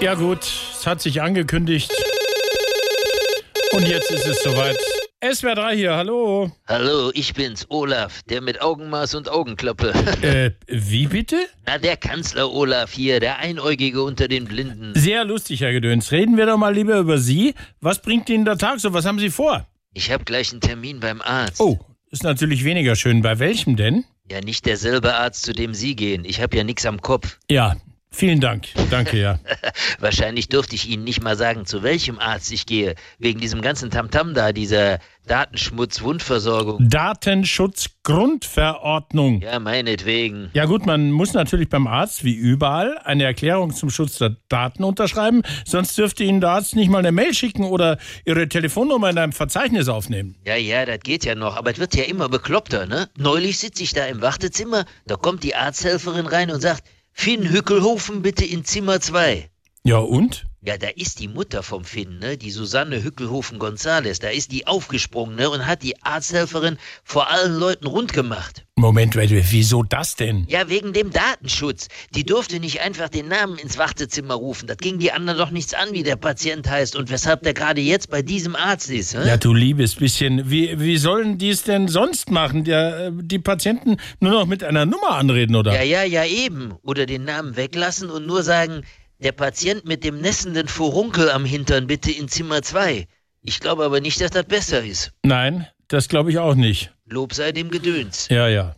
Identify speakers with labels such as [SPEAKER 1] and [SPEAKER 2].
[SPEAKER 1] Ja gut, es hat sich angekündigt. Und jetzt ist es soweit. SWR 3 hier, hallo.
[SPEAKER 2] Hallo, ich bin's, Olaf, der mit Augenmaß und Augenklappe.
[SPEAKER 1] Äh, wie bitte?
[SPEAKER 2] Na, der Kanzler Olaf hier, der Einäugige unter den Blinden.
[SPEAKER 1] Sehr lustig, Herr Gedöns. Reden wir doch mal lieber über Sie. Was bringt Ihnen der Tag so? Was haben Sie vor?
[SPEAKER 2] Ich hab gleich einen Termin beim Arzt.
[SPEAKER 1] Oh, ist natürlich weniger schön. Bei welchem denn?
[SPEAKER 2] Ja, nicht derselbe Arzt, zu dem Sie gehen. Ich hab ja nix am Kopf.
[SPEAKER 1] Ja, vielen Dank. Danke, ja.
[SPEAKER 2] Wahrscheinlich durfte ich Ihnen nicht mal sagen, zu welchem Arzt ich gehe. Wegen diesem ganzen Tamtam da, dieser Datenschmutz-Wundversorgung.
[SPEAKER 1] Datenschutzgrundverordnung.
[SPEAKER 2] Ja, meinetwegen.
[SPEAKER 1] Ja gut, man muss natürlich beim Arzt, wie überall, eine Erklärung zum Schutz der Daten unterschreiben, sonst dürfte Ihnen der Arzt nicht mal eine Mail schicken oder Ihre Telefonnummer in einem Verzeichnis aufnehmen.
[SPEAKER 2] Ja, ja, das geht ja noch, aber es wird ja immer bekloppter, ne? Neulich sitze ich da im Wartezimmer, da kommt die Arzthelferin rein und sagt, Finn Hückelhofen bitte in Zimmer 2.
[SPEAKER 1] Ja und?
[SPEAKER 2] Ja, da ist die Mutter vom Finn, ne? Die Susanne Hückelhofen-Gonzales, da ist die aufgesprungen, ne? Und hat die Arzthelferin vor allen Leuten rund gemacht.
[SPEAKER 1] Moment, wieso das denn?
[SPEAKER 2] Ja, wegen dem Datenschutz. Die durfte nicht einfach den Namen ins Wartezimmer rufen. Das ging die anderen doch nichts an, wie der Patient heißt und weshalb der gerade jetzt bei diesem Arzt ist. Hä?
[SPEAKER 1] Ja, du liebes bisschen, wie, wie sollen die es denn sonst machen? Der, äh, die Patienten nur noch mit einer Nummer anreden, oder?
[SPEAKER 2] Ja, ja, ja, eben. Oder den Namen weglassen und nur sagen, der Patient mit dem nässenden Furunkel am Hintern bitte in Zimmer 2. Ich glaube aber nicht, dass das besser ist.
[SPEAKER 1] Nein, das glaube ich auch nicht.
[SPEAKER 2] Lob sei dem Gedöns.
[SPEAKER 1] Ja, ja.